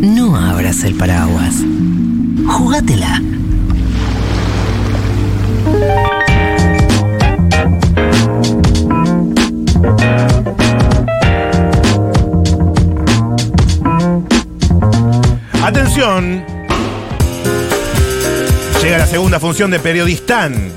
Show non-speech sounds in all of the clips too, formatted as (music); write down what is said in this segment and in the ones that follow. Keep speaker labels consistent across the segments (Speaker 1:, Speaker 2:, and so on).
Speaker 1: No abras el paraguas. Jugátela.
Speaker 2: Atención. Llega la segunda función de Periodistán.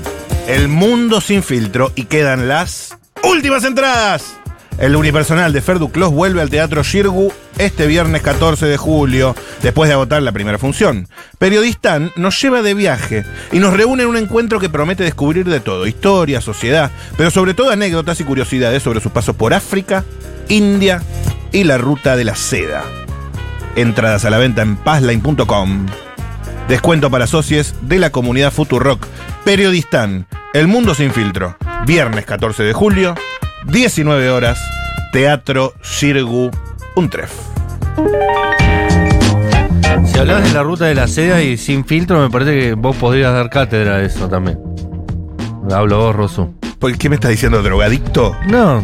Speaker 2: El mundo sin filtro y quedan las últimas entradas. El unipersonal de Ferdu Clos vuelve al Teatro Shirgu este viernes 14 de julio, después de agotar la primera función. Periodistán nos lleva de viaje y nos reúne en un encuentro que promete descubrir de todo, historia, sociedad, pero sobre todo anécdotas y curiosidades sobre su paso por África, India y la ruta de la seda. Entradas a la venta en pazline.com. Descuento para socios de la comunidad Futurock. Periodistán, El Mundo Sin Filtro. Viernes 14 de julio, 19 horas, Teatro Sirgu Untref.
Speaker 3: Si hablas de la ruta de la seda y sin filtro, me parece que vos podrías dar cátedra de eso también. Hablo vos, Rosu.
Speaker 2: ¿Por qué me estás diciendo drogadicto?
Speaker 3: No,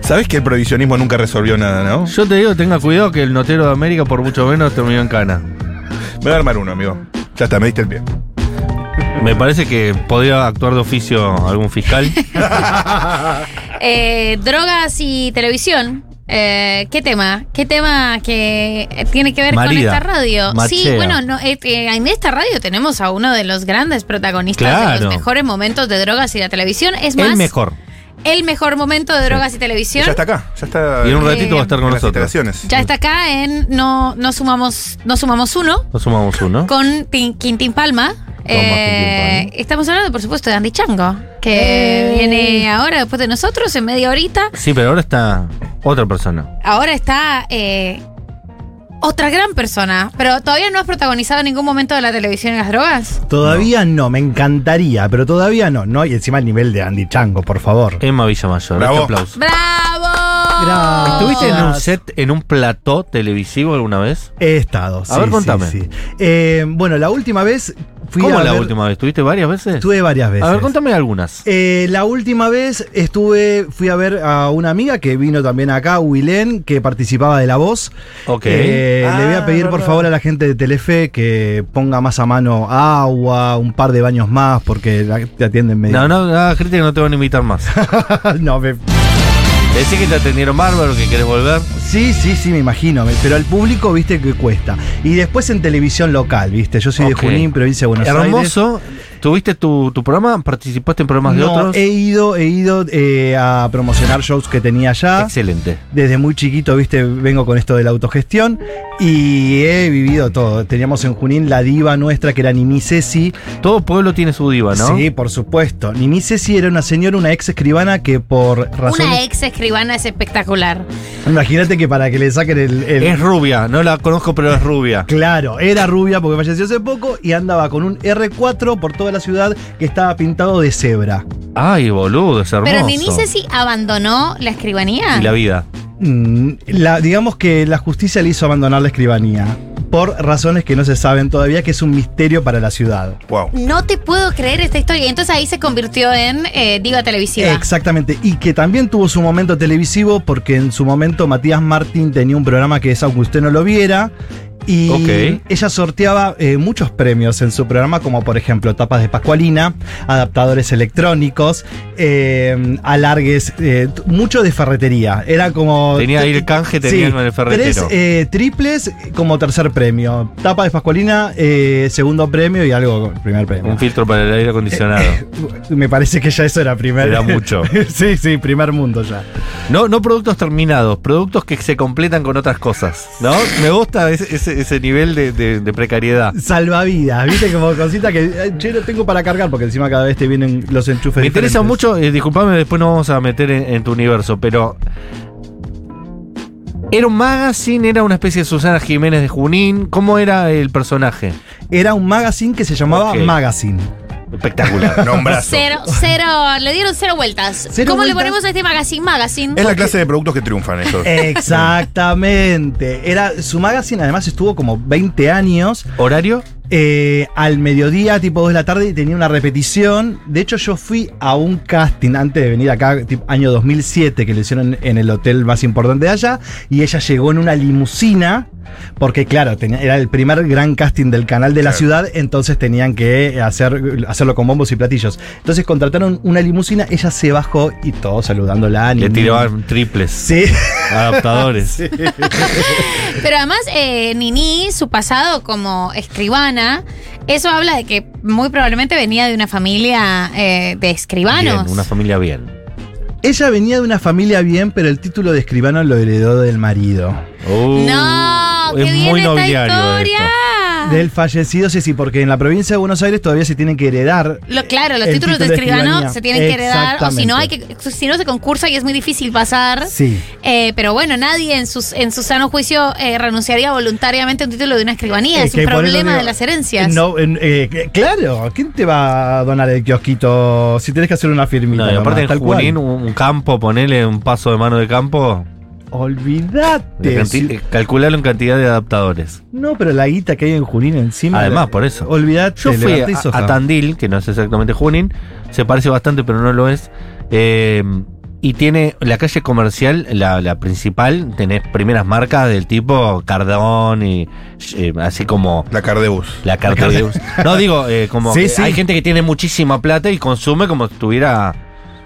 Speaker 2: ¿Sabes que el prohibicionismo nunca resolvió nada, no?
Speaker 3: yo te digo, tenga cuidado que el notero de América por mucho menos terminó en cana.
Speaker 2: Me voy a armar uno, amigo. Ya está, me diste el pie.
Speaker 3: Me parece que podría actuar de oficio algún
Speaker 4: (laughs)
Speaker 3: fiscal.
Speaker 5: Eh, drogas y televisión. Eh, ¿Qué tema? ¿Qué tema que tiene que ver
Speaker 3: Marida,
Speaker 5: con esta radio? Sí,
Speaker 3: Machea.
Speaker 5: bueno, no, eh, eh, en esta radio tenemos a uno de los grandes protagonistas de
Speaker 3: Claro.
Speaker 5: los mejores momentos de drogas y la televisión. Es más,
Speaker 3: El mejor.
Speaker 5: el mejor momento de drogas y televisión.
Speaker 2: Ya está acá, ya está.
Speaker 3: Y en un ratito va a estar con
Speaker 2: en las
Speaker 3: nosotros.
Speaker 2: instalaciones.
Speaker 5: Ya está acá en No, no, sumamos, no sumamos uno
Speaker 3: Nos sumamos uno.
Speaker 5: con Tin- Quintín Palma.
Speaker 3: ¿Ah?
Speaker 5: Eh,
Speaker 3: Quintín Palma. Eh.
Speaker 5: estamos hablando, por supuesto, de Andy Chango, que viene ahora después de nosotros en media horita.
Speaker 3: Sí, pero ahora está otra persona.
Speaker 5: ahora está eh, otra gran persona, pero todavía no has protagonizado ningún momento de la televisión en las drogas.
Speaker 4: Todavía no. me encantaría, pero todavía no, ¿no? Y encima el nivel de Andy Chango, por favor.
Speaker 3: Emma Villamayor.
Speaker 2: Bravo.
Speaker 3: Este aplauso.
Speaker 5: ¡Bravo!
Speaker 4: Bravo.
Speaker 3: ¿Estuviste en un
Speaker 4: Gracias.
Speaker 3: set, en un plató televisivo alguna vez?
Speaker 4: He estado. sí,
Speaker 3: ver,
Speaker 4: sí,
Speaker 3: contame.
Speaker 4: sí. Eh, bueno, la última vez fui
Speaker 3: ¿Cómo
Speaker 4: a
Speaker 3: la
Speaker 4: ver-
Speaker 3: última vez? ¿Estuviste varias veces?
Speaker 4: Estuve varias veces.
Speaker 3: A ver, contame algunas.
Speaker 4: Eh, la última vez estuve, fui a ver a una amiga que vino también acá, Wilén, que participaba de La Voz.
Speaker 3: Ok.
Speaker 4: Eh, le voy
Speaker 2: Ah,
Speaker 4: a pedir por
Speaker 2: verdad.
Speaker 4: favor a la gente de Telefe que ponga más a mano agua, un par de baños más, porque la- te atienden medio.
Speaker 3: No, no, nada, crítica, no te van a invitar más. (laughs)
Speaker 4: (laughs) no me-
Speaker 3: Decí que te atendieron bárbaro, que querés volver.
Speaker 4: Sí, sí, sí, me imagino. me- Pero al público, viste que cuesta. Y después en televisión local, viste. Yo soy
Speaker 3: Ok.
Speaker 4: de Junín, provincia de Buenos Aires.
Speaker 3: Hermoso. ¿Tuviste tu, tu programa? ¿Participaste en programas de
Speaker 4: No,
Speaker 3: otros?
Speaker 4: he ido, he ido eh, a promocionar shows que tenía allá.
Speaker 3: Excelente.
Speaker 4: Desde muy chiquito, viste, vengo con esto de la autogestión y he vivido todo. Teníamos en Junín la diva nuestra que era Nini Ceci.
Speaker 3: Todo pueblo tiene su diva, ¿no?
Speaker 4: Sí, por supuesto. Nini Ceci era una señora, una ex escribana que por
Speaker 5: Una
Speaker 4: razones.
Speaker 5: ex escribana es espectacular.
Speaker 4: Imagínate que para que le saquen el. el-
Speaker 3: Es rubia, no la conozco, pero es rubia.
Speaker 4: Claro, era rubia porque falleció hace poco y andaba con un R4 por toda la ciudad que estaba pintado de cebra.
Speaker 3: Ay, boludo, es hermoso.
Speaker 5: Pero Nini Ceci abandonó la escribanía.
Speaker 3: Y la vida.
Speaker 4: Mm, la- digamos que la justicia le hizo abandonar la escribanía por razones que no se saben todavía, que es un misterio para la ciudad.
Speaker 2: Wow.
Speaker 5: No te puedo creer esta historia. Y Entonces ahí se convirtió en eh, diva televisiva.
Speaker 4: Exactamente, y que también tuvo su momento televisivo porque en su momento Matías Martín tenía un programa que es aunque usted no lo viera. Y
Speaker 3: Ok.
Speaker 4: ella sorteaba eh, muchos premios en su programa, como por ejemplo tapas de Pascualina, adaptadores electrónicos, eh, alargues, eh, t- mucho de ferretería. Era como.
Speaker 3: Tenía ahí el canje, tenía
Speaker 4: Sí,
Speaker 3: con el ferretero.
Speaker 4: Tres eh, triples como tercer premio. Tapa de Pascualina, eh, segundo premio y algo, primer premio.
Speaker 3: Un filtro para el aire acondicionado.
Speaker 4: (laughs) Me parece que ya eso era primer. (laughs)
Speaker 3: Era mucho.
Speaker 4: sí, sí, primer mundo ya.
Speaker 3: No, no productos terminados, productos que se completan con otras cosas. ¿No? Me gusta ese, ese- ese nivel de, de- de precariedad.
Speaker 4: Salvavidas, viste, como cosita que eh, che, no tengo para cargar porque encima cada vez te vienen los enchufes.
Speaker 3: Me interesa
Speaker 4: diferentes.
Speaker 3: mucho, eh, disculpame, después nos vamos a meter en, en tu universo, pero. ¿Era un magazine? ¿Era una especie de Susana Jiménez de Junín? ¿Cómo era el personaje?
Speaker 4: Era un magazine que se llamaba
Speaker 3: Ok.
Speaker 4: Magazine.
Speaker 3: Espectacular.
Speaker 5: (laughs)
Speaker 2: Nombrazo.
Speaker 5: Cero, cero, le dieron cero vueltas.
Speaker 4: Cero
Speaker 5: ¿Cómo
Speaker 4: vueltas.
Speaker 5: le ponemos a este magazine? Magazine.
Speaker 2: Es la clase de productos que triunfan esos.
Speaker 4: Eh. Exactamente. Era su magazine, además estuvo como 20 años.
Speaker 3: (laughs) ¿Horario?
Speaker 4: eh, al mediodía, tipo 2 de la tarde, y tenía una repetición. De hecho, yo fui a un casting antes de venir acá, tipo, año 2007, que lo hicieron en el hotel más importante de allá, y ella llegó en una limusina porque claro, tenía- era el primer gran casting del canal de la
Speaker 2: Claro.
Speaker 4: ciudad, entonces tenían que hacer, hacerlo con bombos y platillos. Entonces contrataron una limusina, ella se bajó y todos saludándola.
Speaker 3: Le
Speaker 4: ni-
Speaker 3: tiraban triples,
Speaker 4: Sí. (laughs)
Speaker 3: adaptadores.
Speaker 5: Pero además, eh, Nini, su pasado como escribana, eso habla de que muy probablemente venía de una familia eh, de escribanos.
Speaker 3: Bien, una familia bien.
Speaker 4: Ella venía de una familia bien, pero el título de escribano lo heredó del marido.
Speaker 3: Uh,
Speaker 5: no, qué
Speaker 3: es
Speaker 5: bien
Speaker 3: muy
Speaker 5: esta
Speaker 3: nobiliario
Speaker 5: historia.
Speaker 3: esto.
Speaker 5: Ah.
Speaker 4: Del fallecido, sí, sí, porque en la provincia de Buenos Aires todavía se tienen que heredar.
Speaker 5: Lo, claro, los
Speaker 4: el
Speaker 5: títulos de
Speaker 4: título de
Speaker 5: escribano
Speaker 4: escribanía.
Speaker 5: se tienen que heredar, o si no hay
Speaker 4: Exactamente.
Speaker 5: que, si no se concursa y es muy difícil pasar.
Speaker 4: Sí.
Speaker 5: Eh, pero bueno, nadie en, sus, en su sano juicio eh, renunciaría voluntariamente a un título de una escribanía.
Speaker 4: Es
Speaker 5: Es,
Speaker 4: que
Speaker 5: un
Speaker 4: por eso
Speaker 5: problema
Speaker 4: digo,
Speaker 5: de las herencias.
Speaker 4: No, en- eh, que- claro, ¿quién te va a donar el kiosquito si tenés que hacer una firmita?
Speaker 3: No, y
Speaker 4: nomás,
Speaker 3: aparte en
Speaker 4: tal cual?
Speaker 3: Junín, un un campo, ponele un paso de mano de campo.
Speaker 4: Olvídate.
Speaker 3: de canti-
Speaker 4: si-
Speaker 3: eh, Calculalo en cantidad de adaptadores.
Speaker 4: No, pero la guita que hay en Junín encima.
Speaker 3: Además, por eso.
Speaker 4: Olvídate.
Speaker 3: Yo fui
Speaker 4: levantá y
Speaker 3: a,
Speaker 4: soja.
Speaker 3: a Tandil, que no es exactamente Junín, se parece bastante, pero no lo es. eh, y tiene la calle comercial, la, la principal, tenés primeras marcas del tipo Cardón y eh, así como
Speaker 2: La Cardebus.
Speaker 3: la carta de No digo, eh, como
Speaker 4: Sí,
Speaker 3: que
Speaker 4: sí.
Speaker 3: hay gente que tiene muchísima plata y consume como si estuviera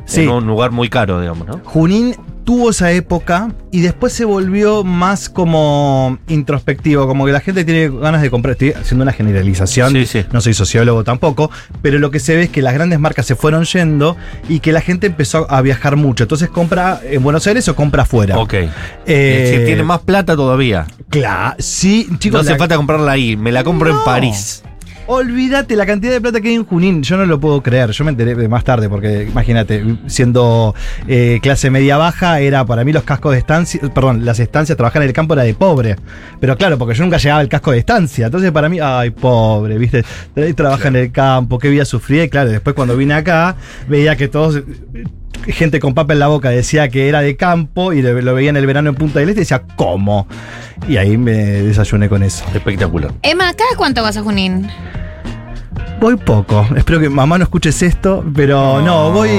Speaker 4: Sí.
Speaker 3: en un lugar muy caro, digamos, ¿no?
Speaker 4: Junín tuvo esa época y después se volvió más como introspectivo, como que la gente tiene ganas de comprar. Estoy haciendo una generalización,
Speaker 3: Sí, sí.
Speaker 4: no soy sociólogo tampoco, pero lo que se ve es que las grandes marcas se fueron yendo y que la gente empezó a viajar mucho. Entonces compra en Buenos Aires o compra afuera.
Speaker 3: Ok.
Speaker 4: Eh,
Speaker 3: Es decir, tiene más plata todavía.
Speaker 4: Claro, sí,
Speaker 3: no
Speaker 4: chicos.
Speaker 3: hace
Speaker 4: la-
Speaker 3: falta comprarla ahí, me la compro
Speaker 4: No.
Speaker 3: en París.
Speaker 4: Olvídate la cantidad de plata que hay en Junín. Yo no lo puedo creer. Yo me enteré de más tarde porque, imagínate, siendo eh, clase media baja, era para mí los cascos de estancia, perdón, las estancias, trabajar en el campo era de pobre. Pero claro, porque yo nunca llegaba al casco de estancia. Entonces para mí, ay, pobre, viste, Tra- trabaja en el campo, qué vida sufrí. Y claro, después cuando vine acá, veía que todos... eh, Gente con papa en la boca decía que era de campo y lo lo veía en el verano en Punta del Este y decía, ¿cómo? Y ahí me desayuné con eso.
Speaker 3: Espectacular.
Speaker 5: Emma, ¿cada cuánto vas a Junín?
Speaker 4: Voy poco. Espero que mamá no escuches esto, pero no,
Speaker 2: (laughs)
Speaker 4: voy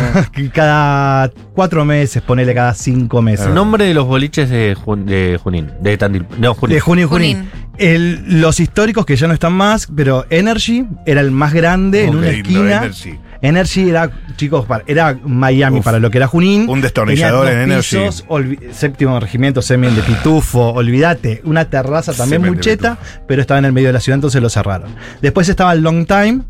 Speaker 4: (laughs) cada cuatro meses, ponele cada cinco meses.
Speaker 3: Nombre de los boliches de, Jun- de Junín. De Tandil. No, Junín.
Speaker 4: De junio y
Speaker 5: Junín.
Speaker 4: junín. El- los históricos que ya no están más, pero Energy era el más grande en una
Speaker 2: Ok, lo de
Speaker 4: esquina. Energy.
Speaker 2: Energy.
Speaker 4: era, chicos, para- era Miami
Speaker 2: Uf.
Speaker 4: para lo que era Junín.
Speaker 2: Un destornillador
Speaker 4: Tenía
Speaker 2: en
Speaker 4: dos
Speaker 2: Energy.
Speaker 4: pisos, olvi- séptimo regimiento, semen de pitufo, olvídate. Una terraza también
Speaker 2: Semen de
Speaker 4: mucheta, pero estaba en el medio de la ciudad, entonces lo cerraron. Después estaba el Long Time,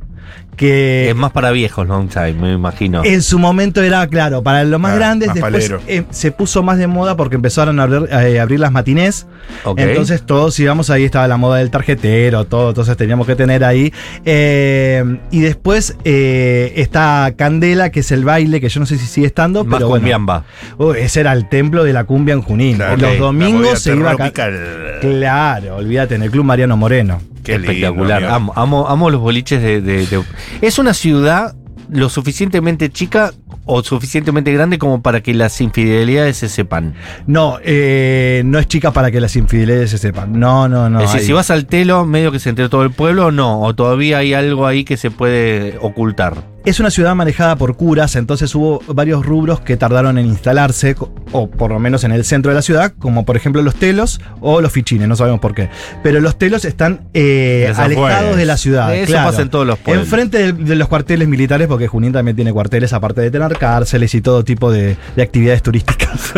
Speaker 4: que
Speaker 3: es más para viejos, long time, me imagino.
Speaker 4: En su momento era, claro, para los más
Speaker 2: Ah,
Speaker 4: grandes,
Speaker 2: más
Speaker 4: después
Speaker 2: palero.
Speaker 4: eh, se puso más de moda porque empezaron a abrir, eh, abrir las matinés.
Speaker 3: Ok.
Speaker 4: Entonces todos íbamos ahí, estaba la moda del tarjetero, todo, entonces teníamos que tener ahí. Eh, y después eh, está Candela, que es el baile, que yo no sé si sigue estando,
Speaker 3: más
Speaker 4: pero bueno.
Speaker 3: cumbiamba.
Speaker 4: Oh, ese era el templo de la cumbia en Junín.
Speaker 2: Claro,
Speaker 4: Los
Speaker 2: ok. La movida
Speaker 4: domingos se iba a... ca-
Speaker 2: tropical.
Speaker 4: Claro, olvídate, en el Club Mariano Moreno.
Speaker 2: Qué lindo,
Speaker 3: espectacular.
Speaker 2: amigo.
Speaker 3: amo, amo, amo los boliches de, de- de- Es una ciudad lo suficientemente chica o suficientemente grande como para que las infidelidades se sepan.
Speaker 4: No, eh, no es chica para que las infidelidades se sepan. No, no, no.
Speaker 3: es decir,
Speaker 4: ahí-
Speaker 3: Eh, si vas al telo, medio que se enteró todo el pueblo o no, o todavía hay algo ahí que se puede ocultar.
Speaker 4: Es una ciudad manejada por curas, entonces hubo varios rubros que tardaron en instalarse, co- o por lo menos en el centro de la ciudad, como por ejemplo los telos o los fichines, no sabemos por qué. Pero los telos están eh,
Speaker 2: Esas
Speaker 4: alejados
Speaker 2: fueres.
Speaker 4: de la ciudad.
Speaker 3: Eso
Speaker 4: claro.
Speaker 3: pasa en todos los pueblos.
Speaker 4: Enfrente de, de los cuarteles militares, porque Junín también tiene cuarteles, aparte de tener cárceles y todo tipo de, de actividades
Speaker 3: (laughs)
Speaker 4: turísticas.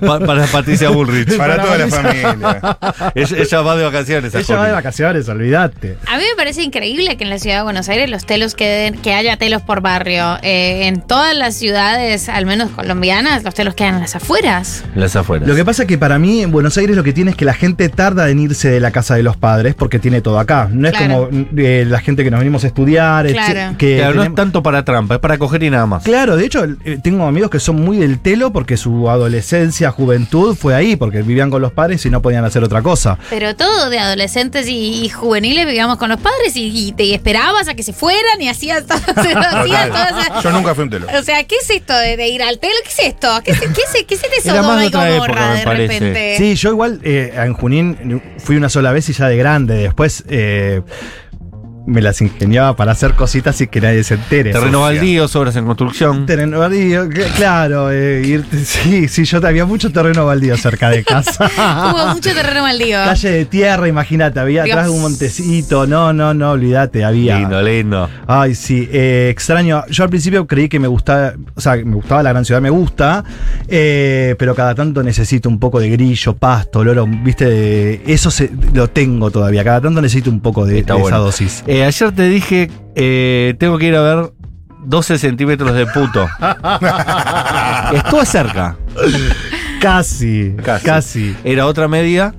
Speaker 3: Pa- para Patricia
Speaker 2: (laughs)
Speaker 3: Bullrich.
Speaker 2: Para toda
Speaker 4: (laughs)
Speaker 2: la familia.
Speaker 3: Es- ella va de vacaciones. a
Speaker 4: Ella va de
Speaker 3: Junín.
Speaker 4: vacaciones, olvídate.
Speaker 5: A mí me parece increíble que en la ciudad de Buenos Aires los telos queden, que haya telos por barrio. Eh, en todas las ciudades, al menos colombianas, los telos quedan en las afueras.
Speaker 3: Las afueras.
Speaker 4: Lo que pasa es que para mí en Buenos Aires lo que tiene es que la gente tarda en irse de la casa de los padres porque tiene todo acá. No es
Speaker 5: Claro.
Speaker 4: como eh, la gente que nos venimos a estudiar. etc-
Speaker 5: Claro.
Speaker 4: Que
Speaker 3: Claro, no es
Speaker 4: tenemos-
Speaker 3: tanto para trampa, es para coger y nada más.
Speaker 4: Claro, de hecho eh, tengo amigos que son muy del telo porque su adolescencia, juventud fue ahí porque vivían con los padres y no podían hacer otra cosa.
Speaker 5: Pero todo de adolescentes y, y juveniles vivíamos con los padres y, y te esperabas a que se fueran y hacías todo. (laughs) hacías todo, o sea-
Speaker 2: Yo nunca fui un telo.
Speaker 5: O sea, ¿qué es esto de, de ir al telo? ¿Qué es esto? ¿Qué, es- qué, es- qué es este
Speaker 3: (laughs) Era más
Speaker 5: Sodoma
Speaker 3: de
Speaker 5: y
Speaker 3: otra época,
Speaker 5: Gomorra
Speaker 3: me
Speaker 5: de
Speaker 3: parece.
Speaker 5: repente?
Speaker 4: Sí, yo igual eh, en Junín fui una sola vez y ya de grande. Después eh, me las ingeniaba para hacer cositas y que nadie se entere.
Speaker 3: Terreno
Speaker 2: Sucia.
Speaker 3: baldío, obras en construcción.
Speaker 4: Terreno baldío, cl- claro. eh, ir- (laughs) sí, sí, yo había mucho terreno baldío cerca de
Speaker 5: (laughs)
Speaker 4: casa.
Speaker 5: (laughs) Hubo mucho terreno maldío.
Speaker 4: Calle de tierra, imagínate, había
Speaker 5: Dios.
Speaker 4: atrás de un montecito. No, no, no, olvídate, había.
Speaker 3: Lindo, lindo.
Speaker 4: Ay, sí, eh, extraño. Yo al principio creí que me gustaba, o sea, me gustaba la gran ciudad, me gusta, eh, pero cada tanto necesito un poco de grillo, pasto, loro, viste, de- eso se- lo tengo todavía. Cada tanto necesito un poco de,
Speaker 3: Está
Speaker 4: de esa
Speaker 3: bueno.
Speaker 4: dosis.
Speaker 3: Eh, ayer te dije, eh, tengo que ir a ver 12 centímetros de (laughs) puto. Estuve cerca.
Speaker 4: (laughs) Casi,
Speaker 3: Casi.
Speaker 4: casi.
Speaker 3: Era otra media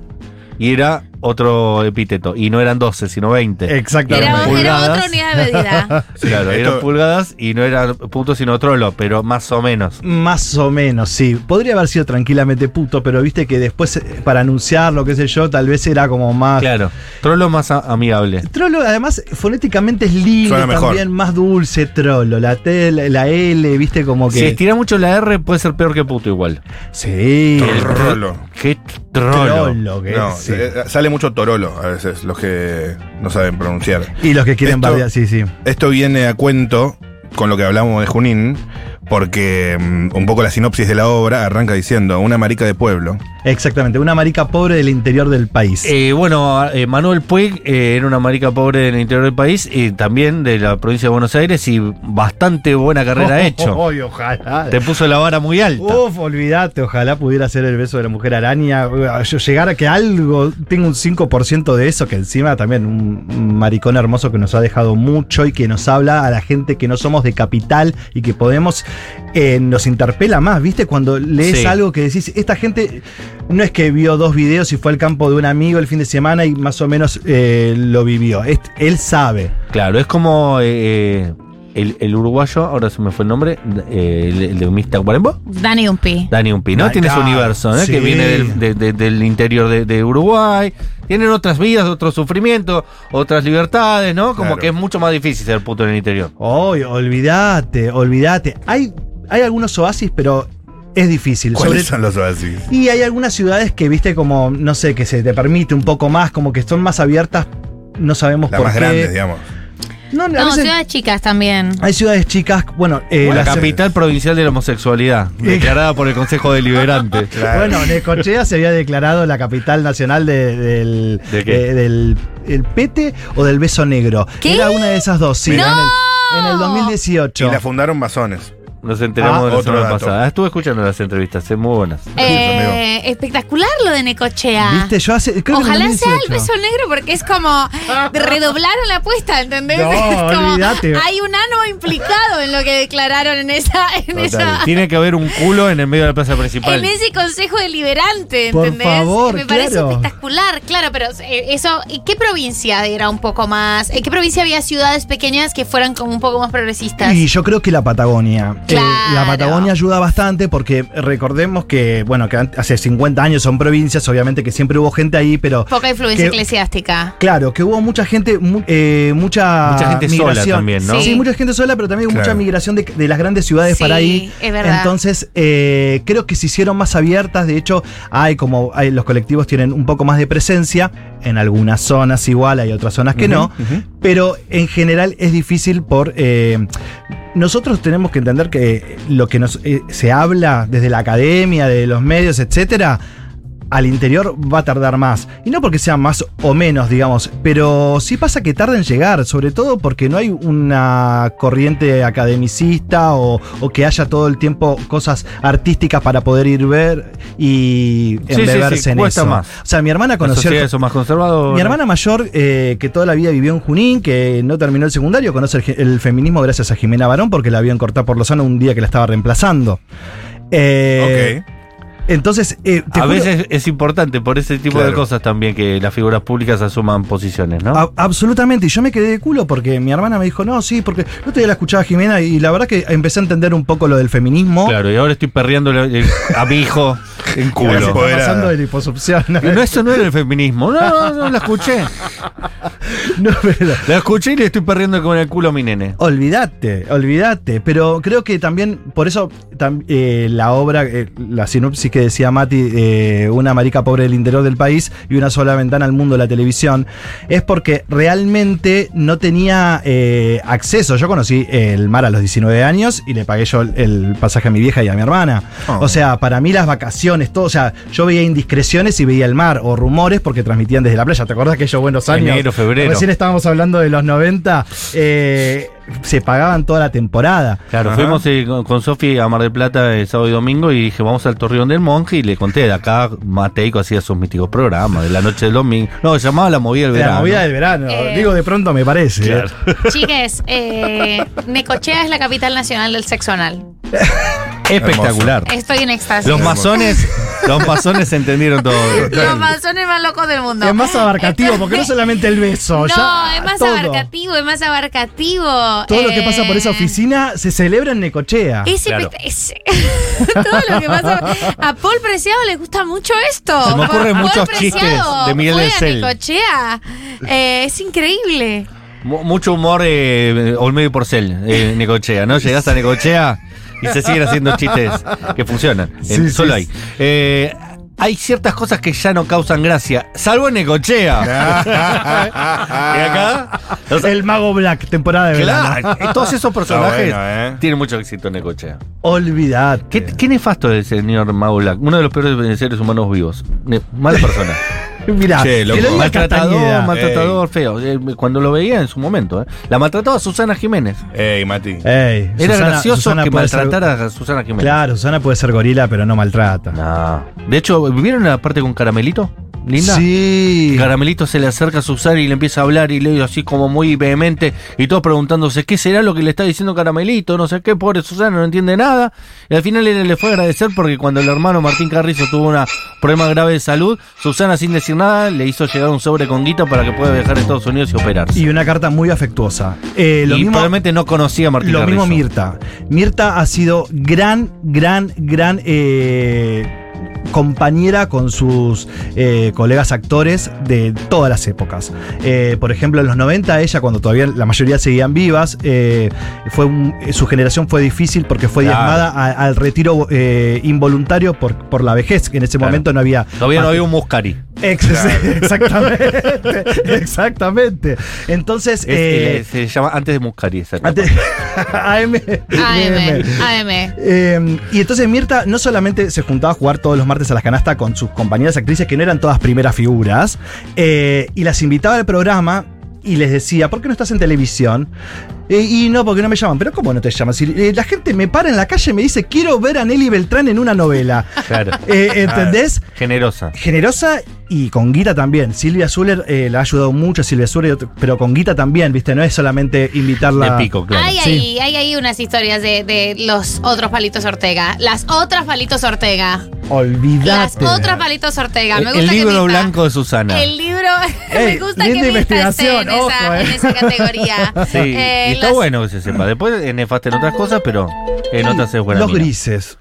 Speaker 3: y era otro epíteto. Y no eran 12, sino 20.
Speaker 4: Exactamente.
Speaker 5: Era, era
Speaker 3: Pulgadas.
Speaker 5: otra unidad
Speaker 3: (laughs)
Speaker 5: de medida.
Speaker 3: claro,
Speaker 2: Sí,
Speaker 3: eran
Speaker 2: esto-
Speaker 3: pulgadas y no era puto, sino trolo, pero más o menos.
Speaker 4: Más o menos, sí. Podría haber sido tranquilamente puto, pero viste que después, eh, para anunciarlo, qué sé yo, tal vez era como más.
Speaker 3: Claro, trolo más a- amigable.
Speaker 4: Trollo, además, fonéticamente es lindo,
Speaker 2: Suena mejor.
Speaker 4: también más dulce, trollo. La T, la, la L, viste como que.
Speaker 3: Si estira mucho la R, puede ser peor que puto igual.
Speaker 4: Sí.
Speaker 2: Torolo.
Speaker 3: Qué trolo.
Speaker 4: Trollo, que
Speaker 2: No,
Speaker 4: es, sí.
Speaker 2: eh, sale mucho torolo a veces, los que no saben pronunciar.
Speaker 4: Y los que quieren
Speaker 2: esto-
Speaker 4: bardear, sí, sí.
Speaker 2: Esto viene a cuento con lo que hablamos de Junín, porque mm, un poco la sinopsis de la obra arranca diciendo una marica de pueblo.
Speaker 4: Exactamente. Una marica pobre del interior del país.
Speaker 3: Eh, bueno, eh, Manuel Puig eh, era una marica pobre del interior del país y también de la provincia de Buenos Aires y bastante buena
Speaker 4: (laughs)
Speaker 3: carrera
Speaker 2: (laughs)
Speaker 3: ha hecho.
Speaker 4: Ay, ojalá.
Speaker 3: Te puso la vara muy alta.
Speaker 4: Uf, olvídate, ojalá pudiera ser el beso de la mujer araña. Yo llegar a que algo tenga un 5% de eso, que encima también un maricón hermoso que nos ha dejado mucho y que nos habla a la gente que no somos de capital y que podemos, eh, nos interpela más, ¿viste? Cuando lees
Speaker 3: Sí.
Speaker 4: algo que decís, esta gente no es que vio dos videos y fue al campo de un amigo el fin de semana y más o menos eh, lo vivió. Es- él sabe.
Speaker 3: Claro, es como eh, el, el uruguayo, ahora se me fue el nombre, eh, el, el de Mista Guarembo.
Speaker 5: Dani Umpi.
Speaker 3: Dani Umpi, ¿no?
Speaker 4: Ah,
Speaker 3: Tiene su
Speaker 4: claro,
Speaker 3: universo, ¿no?
Speaker 4: sí.
Speaker 3: Que viene del, de- de- del interior de, de Uruguay. Tienen otras vidas, otros sufrimientos, otras libertades, ¿no? Como
Speaker 2: Claro.
Speaker 3: que es mucho más difícil ser puto en el interior.
Speaker 4: Oy, olvídate, olvídate. Hay, hay algunos oasis, pero es difícil.
Speaker 2: ¿Cuáles
Speaker 4: Sobre-
Speaker 2: son los oasis?
Speaker 4: Y hay algunas ciudades que, viste, como, no sé, que se te permite un poco más, como que son más abiertas, no sabemos
Speaker 2: Las
Speaker 4: por
Speaker 2: más
Speaker 4: qué.
Speaker 2: grandes, digamos.
Speaker 4: No, a
Speaker 5: No,
Speaker 4: veces
Speaker 5: ciudades chicas también.
Speaker 4: hay ciudades chicas, bueno, eh,
Speaker 3: la
Speaker 4: las-
Speaker 3: capital provincial de la homosexualidad, declarada por el Consejo Deliberante.
Speaker 2: Claro.
Speaker 4: Bueno, Necochea se había declarado la capital nacional de- del,
Speaker 3: ¿De qué?
Speaker 4: eh, del el pete o del beso negro.
Speaker 5: ¿Qué?
Speaker 4: Era una de esas dos, sí.
Speaker 5: ¡No!
Speaker 4: En, el, en el 2018.
Speaker 2: Y la fundaron masones.
Speaker 3: Nos enteramos
Speaker 2: Ah,
Speaker 3: de la
Speaker 2: otro
Speaker 3: semana
Speaker 2: dato.
Speaker 3: pasada. Estuve escuchando las entrevistas, es muy buenas.
Speaker 5: Eh, espectacular lo de Necochea.
Speaker 4: ¿Viste? Yo hace. creo que en el
Speaker 5: Ojalá sea el
Speaker 4: 2018.
Speaker 5: beso negro porque es como redoblaron la apuesta, ¿entendés?
Speaker 4: No,
Speaker 5: (laughs) Es como,
Speaker 4: olvídate.
Speaker 5: hay un ano implicado en lo que declararon en esa, en esa,
Speaker 3: Tiene que haber un culo en el medio de la plaza principal.
Speaker 5: en ese consejo deliberante,
Speaker 4: Por
Speaker 5: ¿entendés?
Speaker 4: favor,
Speaker 5: Me parece
Speaker 4: claro.
Speaker 5: espectacular, claro, pero eh, eso, ¿y ¿qué provincia era un poco más? ¿En qué provincia había ciudades pequeñas que fueran como un poco más progresistas?
Speaker 4: Y yo creo que la Patagonia. Eh,
Speaker 5: Claro.
Speaker 4: la Patagonia ayuda bastante porque recordemos que, bueno, que an- hace 50 años son provincias, obviamente que siempre hubo gente ahí, pero.
Speaker 5: Poca influencia
Speaker 4: que-
Speaker 5: eclesiástica.
Speaker 4: Claro, que hubo mucha gente, mu- eh, mucha,
Speaker 3: Mucha gente sola también, ¿no?
Speaker 4: Sí.
Speaker 5: Sí.
Speaker 4: mucha gente sola, pero también hubo
Speaker 2: Claro.
Speaker 4: mucha migración de, de las grandes ciudades
Speaker 5: Sí,
Speaker 4: para ahí.
Speaker 5: es verdad.
Speaker 4: Entonces, eh, creo que se hicieron más abiertas. De hecho, hay como hay- los colectivos tienen un poco más de presencia. En algunas zonas igual, hay otras zonas que no. Pero en general es difícil por... eh, nosotros tenemos que entender que lo que nos, eh, se habla desde la academia, de los medios, etcétera, al interior va a tardar más. Y no porque sea más o menos, digamos, pero sí pasa que tarda en llegar, sobre todo porque no hay una corriente academicista o, o que haya todo el tiempo cosas artísticas para poder ir ver y
Speaker 3: Sí, sí,
Speaker 4: embeberse
Speaker 3: sí,
Speaker 4: en
Speaker 3: cuesta
Speaker 4: eso.
Speaker 3: más.
Speaker 4: O sea, mi hermana
Speaker 3: Las
Speaker 4: conoció.
Speaker 3: sociedades son más conservadoras.
Speaker 4: Mi hermana mayor, eh, que toda la vida vivió en Junín, que no terminó el secundario, conoce el, ge- el feminismo gracias a Jimena Barón porque la habían cortado por Lozano un día que la estaba reemplazando.
Speaker 2: (laughs)
Speaker 4: Eh,
Speaker 2: ok.
Speaker 4: Entonces, eh, te
Speaker 3: A
Speaker 4: juro-
Speaker 3: veces es importante por ese tipo de
Speaker 2: Claro.
Speaker 3: cosas también que las figuras públicas asuman posiciones, ¿no?
Speaker 4: A- absolutamente, y yo me quedé de culo porque mi hermana me dijo, no, sí, porque no te la escuchaba Jimena y la verdad que empecé a entender un poco lo del feminismo.
Speaker 3: Claro, y ahora estoy perreando el- el- a mi hijo en
Speaker 4: Ahora se
Speaker 3: culo.
Speaker 4: está pasando de la hiposupción. (laughs)
Speaker 3: No, eso no era el feminismo. No, no, no, la escuché.
Speaker 4: No, pero.
Speaker 3: La escuché y le estoy perdiendo con el culo a mi nene.
Speaker 4: Olvídate, olvídate. Pero creo que también, por eso tam- eh, la obra, eh, la sinopsis que decía Mati, eh, una marica pobre del interior del país y una sola ventana al mundo de la televisión, es porque realmente no tenía eh, acceso. Yo conocí el mar a los 19 años y le pagué yo el, el pasaje a mi vieja y a mi hermana.
Speaker 3: Oh.
Speaker 4: O sea, para mí las vacaciones, todo, o sea, yo veía indiscreciones y veía el mar o rumores porque transmitían desde la playa. ¿Te acordás que yo Buenos Aires?
Speaker 3: Enero, febrero.
Speaker 4: Recién estábamos hablando de los 90, eh, se pagaban toda la temporada.
Speaker 3: Claro,
Speaker 2: Ajá.
Speaker 3: fuimos eh, con, con Sofi a Mar del Plata el sábado y domingo y dije, vamos al Torreón del Monje y le conté, de acá Mateico hacía sus míticos programas, de la noche del domingo. No, llamaba la movida del
Speaker 4: De
Speaker 3: verano.
Speaker 4: la movida del verano.
Speaker 5: Eh.
Speaker 4: Digo, de pronto me parece. ¿eh?
Speaker 3: Claro.
Speaker 5: Chiques, eh, Necochea es la capital nacional del sexo anal.
Speaker 3: (laughs) Espectacular.
Speaker 5: Estoy en éxtasis.
Speaker 4: (laughs)
Speaker 3: Los masones, los masones entendieron todo.
Speaker 5: Los masones más locos del mundo.
Speaker 4: Es más abarcativo, porque no solamente el beso.
Speaker 5: No,
Speaker 4: ya
Speaker 5: es más
Speaker 4: todo.
Speaker 5: abarcativo, es más abarcativo.
Speaker 4: Todo lo que pasa por esa
Speaker 5: Eh,
Speaker 4: oficina se celebra en Necochea.
Speaker 5: Es
Speaker 3: Claro.
Speaker 5: espect- es- (laughs) todo lo que pasa. A Paul Preciado le gusta mucho esto.
Speaker 3: Se me ocurren
Speaker 5: Paul
Speaker 3: muchos
Speaker 5: Preciado
Speaker 3: chistes de Miguel
Speaker 5: fue a
Speaker 3: Encel.
Speaker 5: Necochea. Eh,
Speaker 4: (laughs)
Speaker 5: es increíble.
Speaker 3: Mu- Mucho humor eh, Olmedo y Porcel, eh, Necochea, ¿no? Llegás a Necochea y se siguen haciendo chistes que funcionan.
Speaker 4: Sí,
Speaker 3: En-
Speaker 4: sí,
Speaker 3: solo
Speaker 4: sí.
Speaker 3: ahí. Eh, hay ciertas cosas que ya no causan gracia, salvo en Necochea. ¿Y acá? los-
Speaker 4: el mago Black, temporada de verano.
Speaker 3: claro, eh, todos esos personajes
Speaker 2: bueno, ¿eh?
Speaker 3: tienen mucho éxito en Necochea.
Speaker 4: Olvidate.
Speaker 3: ¿Qué, qué nefasto es el señor Mago Black, uno de los peores seres humanos vivos. Ne- Mala (laughs) persona.
Speaker 4: Mirá,
Speaker 2: Che,
Speaker 4: que
Speaker 2: loco.
Speaker 4: lo diga
Speaker 3: maltratador,
Speaker 4: Castañeda.
Speaker 3: maltratador feo. Eh, Cuando lo veía en su momento, eh. la maltrataba Susana Jiménez.
Speaker 2: Ey, Mati.
Speaker 4: Ey,
Speaker 3: Era
Speaker 4: Susana-
Speaker 3: gracioso
Speaker 4: Susana
Speaker 3: que
Speaker 4: puede ser-
Speaker 3: maltratara a Susana Jiménez.
Speaker 4: Claro, Susana puede ser gorila, pero no maltrata.
Speaker 3: No. De hecho, ¿vieron la parte con Caramelito? Linda.
Speaker 4: Sí.
Speaker 3: Caramelito se le acerca a Susana y le empieza a hablar y le dice así como muy vehemente y todos preguntándose qué será lo que le está diciendo Caramelito, no sé qué, pobre Susana no entiende nada. Y al final él le fue a agradecer porque cuando el hermano Martín Carrizo tuvo un problema grave de salud, Susana sin decir nada le hizo llegar un sobre con guita para que pueda viajar a Estados Unidos y operarse.
Speaker 4: Y una carta muy afectuosa. Eh,
Speaker 3: Y
Speaker 4: lo mismo,
Speaker 3: probablemente no conocía a Martín
Speaker 4: lo mismo
Speaker 3: Carrizo.
Speaker 4: Mirta. Mirta ha sido gran, gran, gran eh, compañera con sus eh, colegas actores de todas las épocas. Eh, por ejemplo, en los 90, ella, cuando todavía la mayoría seguían vivas, eh, fue un- eh, su generación fue difícil porque fue
Speaker 3: Claro.
Speaker 4: diezmada a- al retiro eh, involuntario por, por la vejez, que en ese
Speaker 3: Claro.
Speaker 4: momento no había...
Speaker 3: Todavía no había un Muscari.
Speaker 4: Ex- (laughs) Exactamente, exactamente. Entonces,
Speaker 3: Es-
Speaker 4: eh,
Speaker 3: eh, se llama antes de Muscari esa
Speaker 4: (laughs)
Speaker 3: etapa.
Speaker 4: ante- AM.
Speaker 5: AM, AM.
Speaker 4: Eh, y entonces Mirta no solamente se juntaba a jugar todos los martes a las canastas con sus compañeras actrices que no eran todas primeras figuras, eh, y las invitaba al programa y les decía, ¿por qué no estás en televisión? Eh, y no, porque no me llaman. ¿Pero cómo no te llaman? Si, eh, la gente me para en la calle y me dice, quiero ver a Nelly Beltrán en una novela.
Speaker 3: Claro.
Speaker 4: Eh, ¿Entendés?
Speaker 3: Generosa.
Speaker 4: generosa y con guita también. Silvia Zuller eh, la ha ayudado mucho, Silvia Zuller, pero con guita también, ¿viste? No es solamente invitarla.
Speaker 3: De pico, claro.
Speaker 5: hay,
Speaker 4: sí.
Speaker 5: ahí, hay ahí unas historias de, de los otros palitos Ortega. Las otras palitos Ortega. Las
Speaker 4: Olvidate.
Speaker 5: otras palitos Ortega. Me
Speaker 3: El,
Speaker 5: gusta
Speaker 3: el
Speaker 5: que
Speaker 3: libro
Speaker 5: Mirta-
Speaker 3: blanco de Susana.
Speaker 5: El libro. (laughs)
Speaker 4: Ey,
Speaker 5: me gusta
Speaker 4: linda
Speaker 5: que Mirta esté
Speaker 4: investigación,
Speaker 5: en,
Speaker 4: ojo,
Speaker 5: esa,
Speaker 4: eh.
Speaker 5: en
Speaker 4: (laughs)
Speaker 5: esa categoría.
Speaker 3: Sí,
Speaker 5: Eh,
Speaker 3: y está
Speaker 5: las-
Speaker 3: bueno que se sepa. Después es nefasta en otras cosas, pero en otras es buena.
Speaker 4: Los
Speaker 3: mina.
Speaker 4: grises.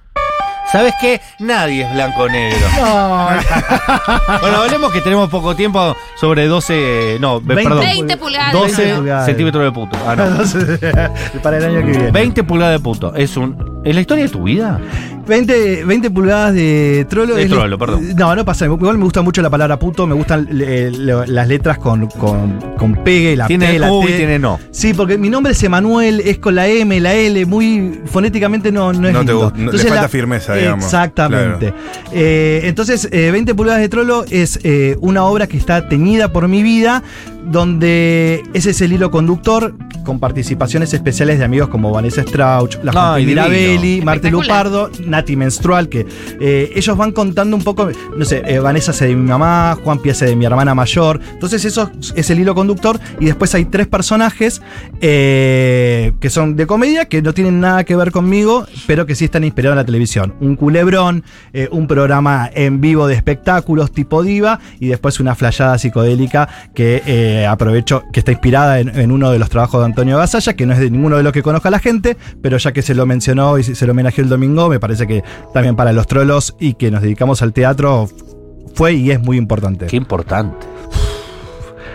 Speaker 3: ¿Sabes qué? Nadie es blanco o
Speaker 4: (laughs)
Speaker 3: negro. bueno, hablemos que tenemos poco tiempo sobre 12. No, ve-
Speaker 4: 20.
Speaker 3: perdón.
Speaker 5: 20 pulgadas.
Speaker 3: 12
Speaker 4: pulgadas.
Speaker 3: centímetros de puto.
Speaker 4: (laughs)
Speaker 3: Ah, no.
Speaker 4: Entonces, para el año que viene.
Speaker 3: 20 pulgadas de puto. Es un. ¿Es la historia de tu vida?
Speaker 4: 20, 20 pulgadas de trolo.
Speaker 3: De
Speaker 4: es la-
Speaker 3: trolo, perdón.
Speaker 4: No, no pasa. Igual me gusta mucho la palabra puto. Me gustan eh, lo- las letras con, con, con pegue, la
Speaker 3: tiene
Speaker 4: P, la
Speaker 3: U
Speaker 4: T.
Speaker 3: y tiene no.
Speaker 4: Sí, porque mi nombre es Emanuel, es con la M, la L, muy fonéticamente no, no es
Speaker 2: No te
Speaker 4: lindo.
Speaker 2: gu- no- le falta firmeza, digamos.
Speaker 4: Exactamente. Eh, entonces, eh, 20 pulgadas de trolo es eh, una obra que está teñida por mi vida, donde ese es el hilo conductor, con participaciones especiales de amigos como Vanessa Strauch, la
Speaker 3: Ay,
Speaker 4: Juan
Speaker 3: divino.
Speaker 4: Mirabelli, Marte
Speaker 5: Espectacular.
Speaker 4: Lupardo, Nati Menstrual, que eh, ellos van contando un poco, no sé, eh, Vanessa hace de mi mamá, Juan Pi hace de mi hermana mayor. Entonces, eso es el hilo conductor. Y después hay tres personajes eh, que son de comedia, que no tienen nada que ver conmigo, pero que sí están inspirados en la televisión. Un culebrón, eh, un programa en vivo de espectáculos tipo diva, y después una flayada psicodélica que eh, aprovecho, que está inspirada en, en uno de los trabajos de Antonio Gasalla, que no es de ninguno de los que conozca la gente, pero ya que se lo mencionó y se se lo homenajeó el domingo, me parece que también para los trolos y que nos dedicamos al teatro fue y es muy importante.
Speaker 3: Qué importante.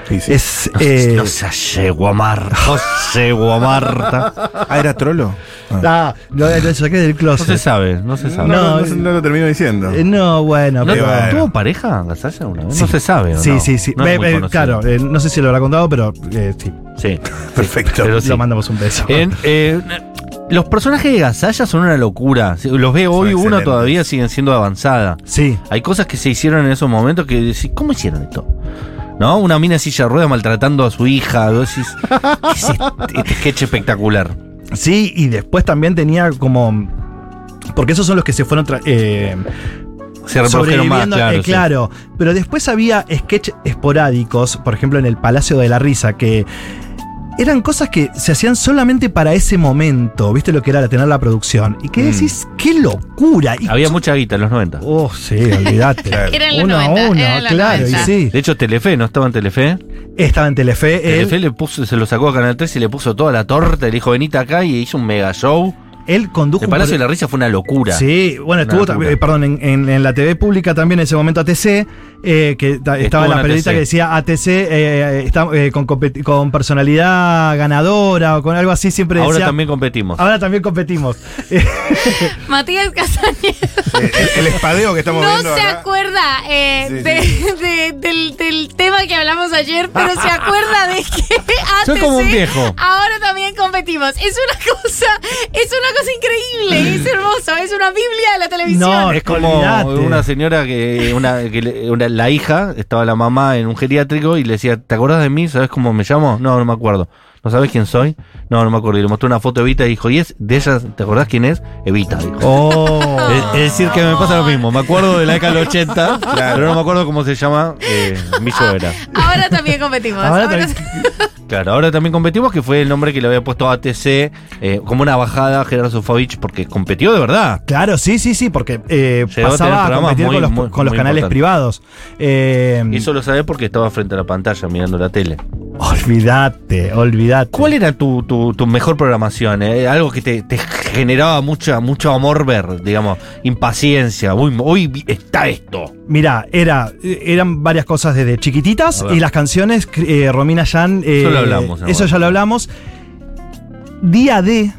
Speaker 2: Sí, sí.
Speaker 4: Es. eh,
Speaker 3: No seas yeguamar, (laughs) José Guamarta.
Speaker 2: Ah, ¿era trolo? Ah.
Speaker 4: ah, lo, lo saqué del
Speaker 3: No se
Speaker 4: closet.
Speaker 3: sabe, no se
Speaker 2: No,
Speaker 3: sabe.
Speaker 2: no,
Speaker 4: no,
Speaker 2: no- no lo termino diciendo.
Speaker 4: Eh, No, bueno,
Speaker 3: ¿No
Speaker 4: pero.
Speaker 2: bueno.
Speaker 3: ¿Tuvo pareja Gasalla una vez?
Speaker 4: Sí.
Speaker 3: No se sabe. ¿o
Speaker 4: Sí,
Speaker 3: no?
Speaker 4: sí, sí.
Speaker 3: No es
Speaker 4: Ve-
Speaker 3: muy
Speaker 4: ve,
Speaker 3: conocido.
Speaker 4: claro, eh, no sé si lo habrá contado, pero eh, sí,
Speaker 3: Sí.
Speaker 2: Perfecto.
Speaker 3: Pero Pues sí.
Speaker 4: lo mandamos un beso.
Speaker 3: En, eh, los personajes de Gasalla son una locura. Los veo
Speaker 2: Son
Speaker 3: hoy, uno
Speaker 2: excelentes.
Speaker 3: todavía siguen siendo avanzada.
Speaker 4: Sí.
Speaker 3: Hay cosas que se hicieron en esos momentos que decís, ¿cómo hicieron esto? ¿No? Una mina en silla de ruedas maltratando a su hija. Vos decís, ¿qué es este, este sketch espectacular?
Speaker 4: Sí, y después también tenía como. Porque esos son los que se fueron tra- eh,
Speaker 3: Se reprodujeron más,
Speaker 4: sobreviviendo. eh,
Speaker 3: claro.
Speaker 4: Claro,
Speaker 3: sí.
Speaker 4: Pero después había sketch esporádicos, por ejemplo, en el Palacio de la Risa, que eran cosas que se hacían solamente para ese momento, ¿viste lo que era tener la producción? Y que
Speaker 2: Mm.
Speaker 4: decís, ¡qué locura! Y
Speaker 3: Había mucha guita en los 90.
Speaker 4: Oh,
Speaker 3: (laughs)
Speaker 4: sí, olvídate.
Speaker 5: Eran los
Speaker 4: uno a
Speaker 5: 90,
Speaker 4: uno,
Speaker 5: eran los
Speaker 4: claro,
Speaker 5: 90.
Speaker 4: y sí.
Speaker 3: De hecho, Telefe, ¿no estaba en Telefe?
Speaker 4: Estaba en Telefe. Él,
Speaker 3: Telefe le puso, se lo sacó a Canal 3 y le puso toda la torta. y Le dijo, venite acá y hizo un mega show.
Speaker 4: él condujo
Speaker 3: El
Speaker 4: un
Speaker 3: Palacio de
Speaker 4: pro-
Speaker 3: la Risa fue una locura.
Speaker 4: Sí, bueno,
Speaker 3: Una
Speaker 4: estuvo,
Speaker 3: locura.
Speaker 4: ta- eh, perdón, en, en- en la TV pública también en ese momento ATC, eh, que ta- estaba
Speaker 3: en
Speaker 4: la periodista
Speaker 3: ATC.
Speaker 4: que decía ATC eh, está- eh, con, compet- con personalidad ganadora o con algo así, siempre
Speaker 3: Ahora
Speaker 4: decía.
Speaker 3: también competimos.
Speaker 4: Ahora también
Speaker 3: (laughs)
Speaker 4: competimos.
Speaker 5: Matías Castañeda
Speaker 2: Eh, el, el espadeo que estamos
Speaker 5: no se
Speaker 2: viendo. acá.
Speaker 5: acuerda eh,
Speaker 2: Sí,
Speaker 5: de-
Speaker 2: sí.
Speaker 5: de- del, del tema que hablamos ayer, pero se acuerda
Speaker 4: (laughs)
Speaker 5: de que
Speaker 3: Soy
Speaker 5: antes
Speaker 3: como un
Speaker 5: eh,
Speaker 3: viejo.
Speaker 5: ahora también competimos. Es una cosa, es una cosa
Speaker 4: (laughs)
Speaker 5: increíble, es hermoso, es una biblia de la televisión.
Speaker 4: No,
Speaker 3: Es como
Speaker 4: Olvidate.
Speaker 3: una señora que, una, que le- una- la hija, estaba la mamá en un geriátrico y le decía, ¿te acordás de mí? ¿Sabes cómo me llamo? No, no me acuerdo. ¿No sabes quién soy? No, no me acuerdo. Y le mostró una foto de Evita y dijo, ¿y es de ellas? ¿Te acordás quién es? Evita, dijo.
Speaker 4: (laughs) Oh.
Speaker 3: Es, es decir, que me pasa lo mismo. Me acuerdo de la década del (laughs) 80, pero no me acuerdo cómo se llama eh, mi suegra.
Speaker 5: Ahora también competimos.
Speaker 4: Ahora
Speaker 5: Ahora (laughs)
Speaker 4: también-
Speaker 3: Claro, ahora también competimos, que fue el nombre que le había puesto ATC, eh, como una bajada a Gerardo Sofovich, porque competió de verdad.
Speaker 4: Claro, sí, sí, sí, porque eh,
Speaker 3: Llegó a tener
Speaker 4: pasaba a
Speaker 3: programas
Speaker 4: competir
Speaker 3: muy,
Speaker 4: con los,
Speaker 3: muy,
Speaker 4: con los
Speaker 3: muy
Speaker 4: canales
Speaker 3: importantes.
Speaker 4: privados. Eh,
Speaker 3: Y eso lo sabés porque estaba frente a la pantalla mirando la tele.
Speaker 4: Olvídate, olvídate.
Speaker 3: ¿Cuál era tu, tu- tu mejor programación? eh? Algo que te, te generaba mucho, mucho amor ver, digamos, impaciencia. Uy, hoy vi- está esto.
Speaker 4: Mira, era, eran varias cosas desde chiquititas
Speaker 3: A ver.
Speaker 4: y las canciones, eh, Romina Yan. eh,
Speaker 3: Eso lo hablamos, ¿no?
Speaker 4: Eso ya lo hablamos. Día D.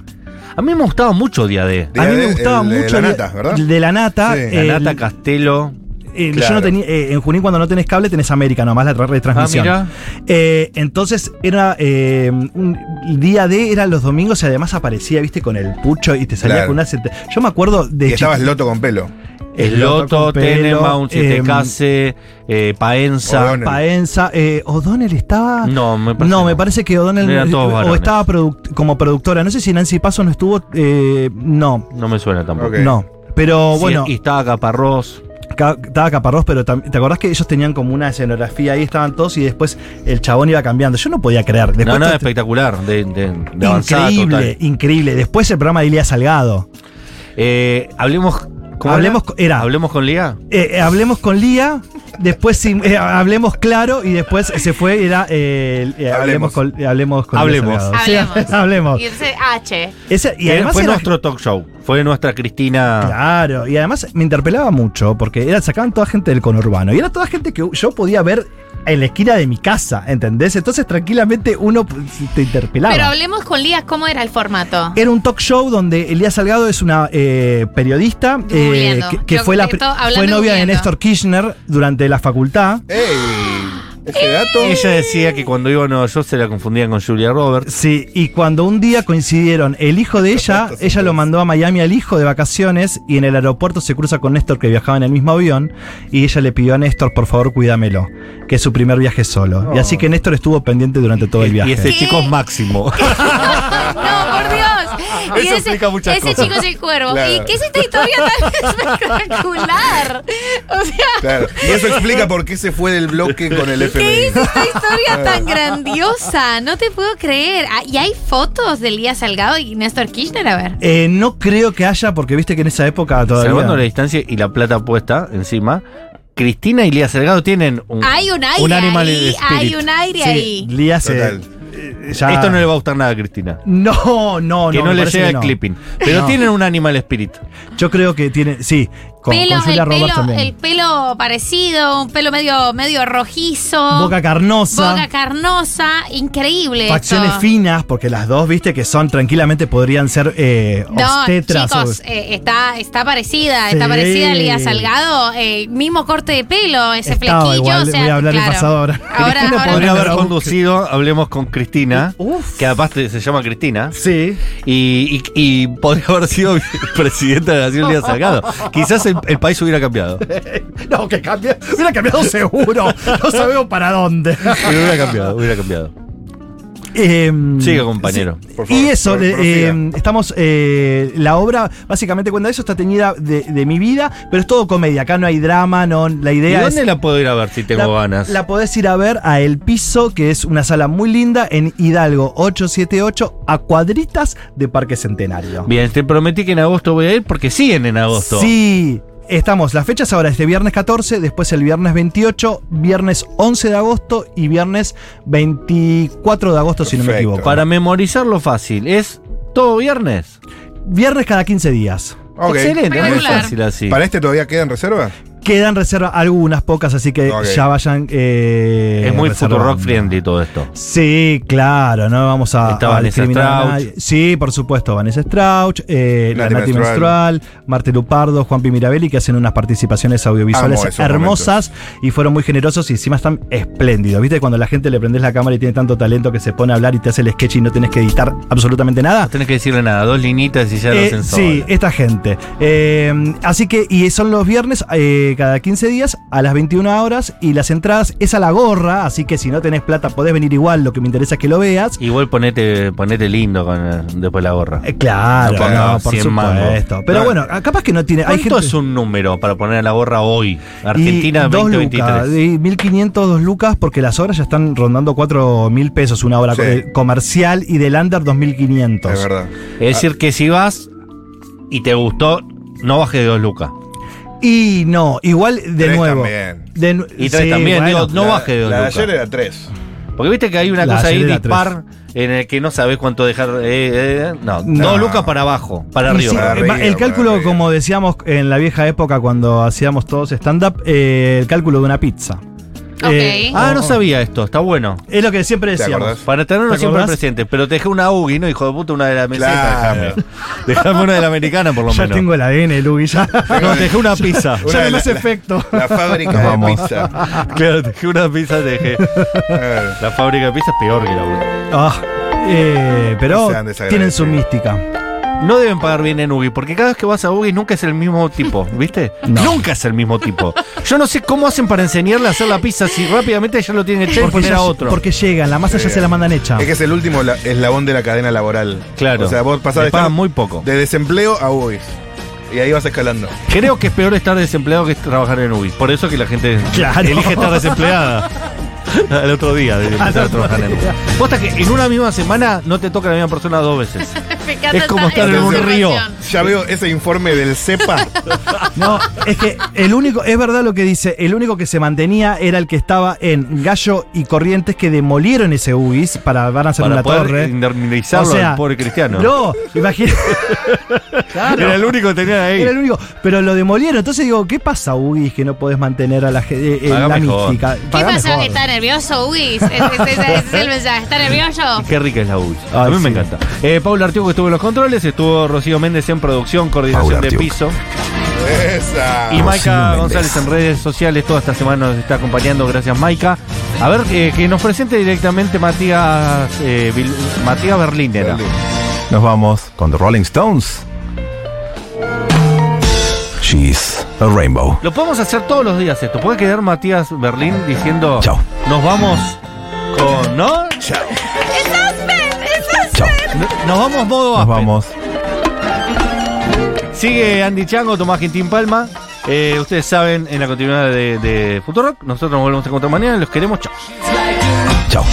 Speaker 3: A mí me gustaba mucho Día D.
Speaker 2: Día
Speaker 4: a mí
Speaker 2: D,
Speaker 4: me gustaba
Speaker 2: el de
Speaker 4: mucho.
Speaker 2: la
Speaker 4: el-
Speaker 2: nata, ¿verdad?
Speaker 4: el De la nata.
Speaker 2: Sí.
Speaker 4: el-
Speaker 3: Anata Castelo.
Speaker 4: el- yo
Speaker 2: Claro.
Speaker 4: no tenía, eh, en Junín, cuando no tenés cable, tenés América nomás la tra-
Speaker 3: Ah,
Speaker 4: retransmisión.
Speaker 3: mira.
Speaker 4: Eh, entonces era eh, un el día D era los domingos y además aparecía, viste, con el pucho y te salía
Speaker 2: Claro.
Speaker 4: con una sete- Yo me acuerdo de
Speaker 2: Y estabas
Speaker 4: chiqui-
Speaker 2: loto con pelo.
Speaker 3: El Loto,
Speaker 4: con pelo,
Speaker 3: Tenenbaum, Siete
Speaker 4: em,
Speaker 3: Case, eh, Paenza.
Speaker 2: O'Donnell.
Speaker 4: Paenza, eh, O'Donnell estaba.
Speaker 3: No, me parece.
Speaker 4: no, me
Speaker 3: no.
Speaker 4: parece que O'Donnell
Speaker 3: Eran todos
Speaker 4: o
Speaker 3: varones.
Speaker 4: estaba produc- como productora. No sé si Nancy Paso no estuvo. eh, no,
Speaker 3: No me suena tampoco.
Speaker 2: Ok.
Speaker 4: no. Pero
Speaker 3: Sí,
Speaker 4: Oh, bueno,
Speaker 3: y estaba Caparrós.
Speaker 4: ca- estaba Caparrós, pero tam- ¿te acordás que ellos tenían como una escenografía ahí, estaban todos y después el chabón iba cambiando? Yo no podía creer. Después
Speaker 3: No, no,
Speaker 4: todo-
Speaker 3: espectacular. De, de- de avanzada
Speaker 4: increíble,
Speaker 3: total.
Speaker 4: increíble. Después el programa de Ilia Salgado.
Speaker 3: Eh, hablemos. ¿cómo
Speaker 4: Hablemos
Speaker 3: era?
Speaker 4: co- era.
Speaker 3: Hablemos con Lía.
Speaker 4: Eh, eh, hablemos con Lía, después sin- eh, hablemos claro y después se fue era eh, eh, hablemos
Speaker 2: Hablemos.
Speaker 4: con eh, hablemos con Lía
Speaker 3: Hablemos.
Speaker 4: Salgado. Sí, (laughs)
Speaker 5: Hablemos.
Speaker 4: hablemos.
Speaker 5: Y ese H.
Speaker 4: Esa- y
Speaker 3: Era-
Speaker 4: además
Speaker 3: fue
Speaker 4: era-
Speaker 3: nuestro talk show. Fue nuestra Cristina.
Speaker 4: Claro, y además me interpelaba mucho porque era, sacaban toda gente del conurbano y era toda gente que yo podía ver en la esquina de mi casa, ¿entendés? Entonces tranquilamente uno pues, te interpelaba.
Speaker 5: Pero hablemos con Lías, ¿cómo era
Speaker 4: (laughs)
Speaker 5: el formato?
Speaker 4: Era un talk show donde Elías Salgado es una eh, periodista eh,
Speaker 5: Googleando.
Speaker 4: que, que
Speaker 5: Yo
Speaker 4: fue, la,
Speaker 5: estoy
Speaker 4: pri-
Speaker 5: hablando
Speaker 4: fue novia de
Speaker 5: googleando.
Speaker 4: Néstor Kirchner durante la facultad.
Speaker 2: ¡Ey! Ese gato.
Speaker 3: Ella decía que cuando iba a Nueva York se la confundían con Julia Roberts.
Speaker 4: Sí, y cuando un día coincidieron el hijo de ella, ella lo mandó a Miami al hijo de vacaciones y en el aeropuerto se cruza con Néstor que viajaba en el mismo avión y ella le pidió a Néstor, por favor, cuídamelo, que es su primer viaje solo. Y así que Néstor estuvo pendiente durante todo el
Speaker 3: Y
Speaker 4: viaje.
Speaker 3: ese chico
Speaker 4: (laughs)
Speaker 3: es máximo.
Speaker 5: No, por Dios.
Speaker 3: Eso explica muchas
Speaker 5: ese
Speaker 3: cosas.
Speaker 5: chico es el cuervo.
Speaker 2: Claro.
Speaker 5: ¿Y qué es esta historia tan
Speaker 4: (laughs)
Speaker 5: espectacular? O sea,
Speaker 2: Claro. Y eso explica por qué se fue del bloque con el
Speaker 5: ¿qué
Speaker 2: FBI.
Speaker 5: es esta
Speaker 4: (laughs)
Speaker 5: historia tan grandiosa? No te puedo creer. Ah, Y hay fotos de Elías Salgado y Néstor Kirchner, a ver.
Speaker 4: Eh, no creo que haya, porque viste que en esa época
Speaker 3: Salvando la
Speaker 4: todavía...
Speaker 3: distancia y la plata puesta encima, Cristina y Lía Salgado tienen un,
Speaker 5: Hay un aire
Speaker 3: animal
Speaker 5: ahí, hay un aire
Speaker 4: Sí,
Speaker 5: ahí.
Speaker 4: Lía se-
Speaker 2: Total.
Speaker 4: eh, ya-
Speaker 3: Esto no le va a gustar nada a Cristina.
Speaker 4: No, no,
Speaker 3: que no,
Speaker 4: me
Speaker 3: le
Speaker 4: parece
Speaker 3: llega
Speaker 4: que
Speaker 3: el
Speaker 4: no.
Speaker 3: clipping. Pero
Speaker 4: No.
Speaker 3: tienen un animal spirit.
Speaker 4: Yo creo que tiene, sí, Con,
Speaker 5: pelo,
Speaker 4: con Julia
Speaker 5: el,
Speaker 4: Roberts
Speaker 5: pelo,
Speaker 4: también.
Speaker 5: el pelo parecido, un pelo medio, medio rojizo.
Speaker 4: Boca carnosa.
Speaker 5: oh, boca carnosa. Increíble.
Speaker 4: Facciones
Speaker 5: esto.
Speaker 4: finas, porque las dos, viste, que son tranquilamente podrían ser eh,
Speaker 5: No,
Speaker 4: obstetras. o-
Speaker 5: chicos, eh, está, está parecida, está
Speaker 4: Sí.
Speaker 5: parecida a Lía Salgado, eh, mismo corte de pelo, ese
Speaker 4: Estaba
Speaker 5: flequillo.
Speaker 4: igual,
Speaker 5: o sea,
Speaker 4: voy a hablar del
Speaker 5: claro.
Speaker 4: pasado ahora.
Speaker 5: (laughs) Ahora,
Speaker 4: Cristina
Speaker 5: ahora-
Speaker 3: Podría
Speaker 4: Ahora-
Speaker 3: haber
Speaker 4: ahora-
Speaker 3: conducido, hablemos con Cristina,
Speaker 4: Uf.
Speaker 3: que además te- se llama Cristina,
Speaker 4: Sí.
Speaker 3: y, y- y podría haber sido (laughs) presidenta de la Nación Unida Salgado. Quizás el, el país hubiera cambiado.
Speaker 4: No, que cambia. Hubiera cambiado seguro. No sabemos para dónde.
Speaker 3: Hubiera cambiado, hubiera cambiado.
Speaker 4: Em,
Speaker 3: Sigue, compañero.
Speaker 2: Por favor,
Speaker 4: Y eso,
Speaker 2: pro-
Speaker 4: le-
Speaker 2: prosiga.
Speaker 4: eh, estamos. eh, la obra básicamente cuenta eso, está teñida de, de mi vida, pero es todo comedia. Acá no hay drama, no. La
Speaker 3: ¿Y
Speaker 4: idea
Speaker 3: dónde
Speaker 4: es.
Speaker 3: la puedo ir a ver si tengo
Speaker 4: la,
Speaker 3: ganas?
Speaker 4: la podés ir a ver a El Piso, que es una sala muy linda en Hidalgo 878, a cuadritas de Parque Centenario.
Speaker 3: Bien, te prometí que en agosto voy a ir porque siguen en agosto.
Speaker 4: Sí, estamos. Las fechas ahora este viernes 14, después el viernes 28, viernes 11 de agosto y viernes 24 de agosto, si no me
Speaker 2: Perfecto.
Speaker 4: equivoco.
Speaker 3: Para memorizarlo fácil, es todo viernes.
Speaker 4: Viernes cada 15 días.
Speaker 2: Ok.
Speaker 3: Excelente, es muy
Speaker 5: Regular.
Speaker 3: fácil así.
Speaker 2: ¿Para este todavía queda en reserva?
Speaker 4: Quedan reservas algunas pocas, así que
Speaker 2: Ok.
Speaker 4: ya vayan. eh,
Speaker 3: es muy
Speaker 4: reservando.
Speaker 3: Futurock friendly todo esto.
Speaker 4: Sí, claro, no vamos a,
Speaker 3: Está
Speaker 4: a
Speaker 3: Vanessa
Speaker 4: discriminar a
Speaker 3: Strauch.
Speaker 4: nadie. Sí, por supuesto, Vanessa Strauch, eh, la
Speaker 2: Nati
Speaker 4: Nati
Speaker 2: Menstrual.
Speaker 4: Menstrual, Marte Lupardo, Juan P. Mirabelli, que hacen unas participaciones audiovisuales
Speaker 2: Amo esos
Speaker 4: hermosas y fueron muy generosos y encima están espléndidos. ¿Viste? Cuando la gente le prendes la cámara y tiene tanto talento que se pone a hablar y te hace el sketch y no tenés que editar absolutamente nada.
Speaker 3: No tenés que decirle nada, dos linitas y ya lo
Speaker 4: Eh,
Speaker 3: hacen
Speaker 4: sí,
Speaker 3: solos.
Speaker 4: esta gente. Eh, así que, y son los viernes eh, cada 15 días a las 21 horas y las entradas es a la gorra, así que si no tenés plata podés venir igual, lo que me interesa es que lo veas.
Speaker 3: Igual ponete, ponete lindo con, eh, después la gorra.
Speaker 4: Eh, claro,
Speaker 3: No pagaba
Speaker 4: no, por
Speaker 3: 100
Speaker 4: supuesto.
Speaker 3: mangos.
Speaker 4: Pero
Speaker 2: Claro.
Speaker 4: bueno, ah, capaz que no tiene. Hay
Speaker 3: ¿Cuánto
Speaker 4: gente,
Speaker 3: es un número para poner a la gorra hoy? Argentina
Speaker 4: y dos
Speaker 3: 2023.
Speaker 4: lucas, y 1500, dos lucas, porque las horas ya están rondando 4000 pesos una hora
Speaker 2: Sí.
Speaker 4: eh, comercial y del under 2500.
Speaker 2: Es verdad.
Speaker 3: Es decir, que si vas y te gustó, no bajes de dos lucas.
Speaker 4: Y no, igual de
Speaker 2: Tres
Speaker 4: nuevo.
Speaker 2: también.
Speaker 4: de nu-
Speaker 3: Y tres también, digo, No
Speaker 2: La-
Speaker 3: baje de dos
Speaker 2: La de
Speaker 3: lucas.
Speaker 2: ayer era tres.
Speaker 3: Porque viste que hay una
Speaker 4: La
Speaker 3: cosa ahí
Speaker 4: ayer era
Speaker 3: dispar en el que no sabes cuánto dejar. eh, eh, no,
Speaker 4: No.
Speaker 3: dos lucas para abajo, para
Speaker 4: Y
Speaker 3: arriba.
Speaker 4: sí,
Speaker 2: Para
Speaker 4: eh, va-
Speaker 2: arriba,
Speaker 4: el
Speaker 2: para
Speaker 4: cálculo,
Speaker 2: arriba.
Speaker 4: como decíamos en la vieja época cuando hacíamos todos stand-up, eh, el cálculo de una pizza.
Speaker 5: Ok.
Speaker 4: Eh,
Speaker 3: Ah, no sabía esto, está bueno.
Speaker 4: es lo que siempre
Speaker 2: ¿Te
Speaker 4: decíamos.
Speaker 2: acordás?
Speaker 3: Para tenerlo
Speaker 4: ¿Te
Speaker 3: siempre
Speaker 4: acordás?
Speaker 3: presente, pero te dejé una UGI, ¿no? Hijo de puta, una de la meseta,
Speaker 2: Claro.
Speaker 3: dejame. Dejame una de la americana, por lo
Speaker 4: Ya
Speaker 3: menos.
Speaker 4: tengo el ADN, Luis, ya. (laughs)
Speaker 3: No, te dejé una pizza.
Speaker 4: Ya
Speaker 2: Una
Speaker 4: no
Speaker 2: de
Speaker 4: me
Speaker 2: la-
Speaker 4: hace
Speaker 2: la- (laughs)
Speaker 4: efecto.
Speaker 2: La fábrica de
Speaker 3: Vamos.
Speaker 2: pizza.
Speaker 3: claro, te dejé una pizza, te dejé.
Speaker 2: Eh,
Speaker 3: La fábrica de pizza es peor que la UGI.
Speaker 4: Ah, eh, pero
Speaker 2: No sean desagradecidos.
Speaker 4: tienen su mística.
Speaker 3: No deben pagar bien en UGI, porque cada vez que vas a UGI nunca es el mismo tipo, ¿viste? Nunca es el mismo tipo. Yo no sé cómo hacen para enseñarle a hacer la pizza si rápidamente ya lo tienen hecho y poner
Speaker 4: ya-
Speaker 3: a otro.
Speaker 4: porque llegan, la masa ya
Speaker 2: Sí.
Speaker 4: se la mandan hecha.
Speaker 2: Es que es el último la- eslabón de la cadena laboral.
Speaker 3: Ah. Claro.
Speaker 2: O sea, vos pasás
Speaker 3: Le
Speaker 2: de,
Speaker 3: pagan
Speaker 2: estar
Speaker 3: muy poco.
Speaker 2: de desempleo a UBIS. Y ahí vas escalando.
Speaker 3: Creo que es peor estar desempleado que trabajar en UBI. Por eso que la gente
Speaker 4: Claro.
Speaker 3: elige estar desempleada. Al otro día de empezar a trabajar en UBI. Posta que en una misma semana no te toca la misma persona dos veces.
Speaker 5: Me encanta
Speaker 3: Es como
Speaker 5: esta-
Speaker 3: estar
Speaker 2: en
Speaker 5: esta
Speaker 2: un
Speaker 3: río.
Speaker 5: observación.
Speaker 2: Ya veo ese informe del E
Speaker 3: (laughs)
Speaker 2: CEPA.
Speaker 4: (laughs) No, es que el único, es verdad lo que dice, el único que se mantenía era el que estaba en Gallo y Corrientes que demolieron ese UGIS para van a hacer
Speaker 3: Para
Speaker 4: una
Speaker 3: poder
Speaker 4: torre.
Speaker 3: indemnizarlo al pobre cristiano.
Speaker 4: No,
Speaker 3: (laughs)
Speaker 4: imagínate.
Speaker 3: Era el único que tenía ahí.
Speaker 4: Era el único. Pero lo demolieron. Entonces digo, ¿qué pasa, Ugis, que no podés mantener a la, ge- eh, eh,
Speaker 3: Pagá
Speaker 4: la
Speaker 3: mejor.
Speaker 4: mística?
Speaker 5: ¿Qué
Speaker 4: Pagá
Speaker 5: pasa?
Speaker 4: mejor.
Speaker 5: que ¿Está nervioso, Uy? Ese ese- ese es el mensaje. ¿Está nervioso?
Speaker 3: Qué rica es la UBI. a
Speaker 4: Ay,
Speaker 3: mí me
Speaker 4: sí.
Speaker 3: encanta. Eh, Paula Artiuco estuvo en los controles, estuvo Rocío Méndez en producción, coordinación
Speaker 1: Paula
Speaker 3: de
Speaker 1: Artiuk.
Speaker 3: piso.
Speaker 2: Esa.
Speaker 3: Y Maika
Speaker 1: Méndez.
Speaker 3: González en redes sociales, toda esta semana nos está acompañando, gracias Maika. A ver, eh, que nos presente directamente Matías, eh, Bil- Matías Berlinera.
Speaker 6: Nos vamos con The Rolling Stones. She's a rainbow.
Speaker 3: Lo podemos hacer todos los días esto. Puede quedar Matías Berlín diciendo...
Speaker 6: Chao.
Speaker 3: Nos vamos con... ¿No?
Speaker 6: Chao.
Speaker 3: No- Nos vamos modo
Speaker 6: Nos
Speaker 3: Aspen.
Speaker 6: vamos.
Speaker 3: Sigue Andy Chango, Tomás Quintín Palma. Eh, ustedes saben, en la continuidad de, de Futurock, nosotros nos volvemos a encontrar mañana. Los queremos. Chao.
Speaker 6: Chao.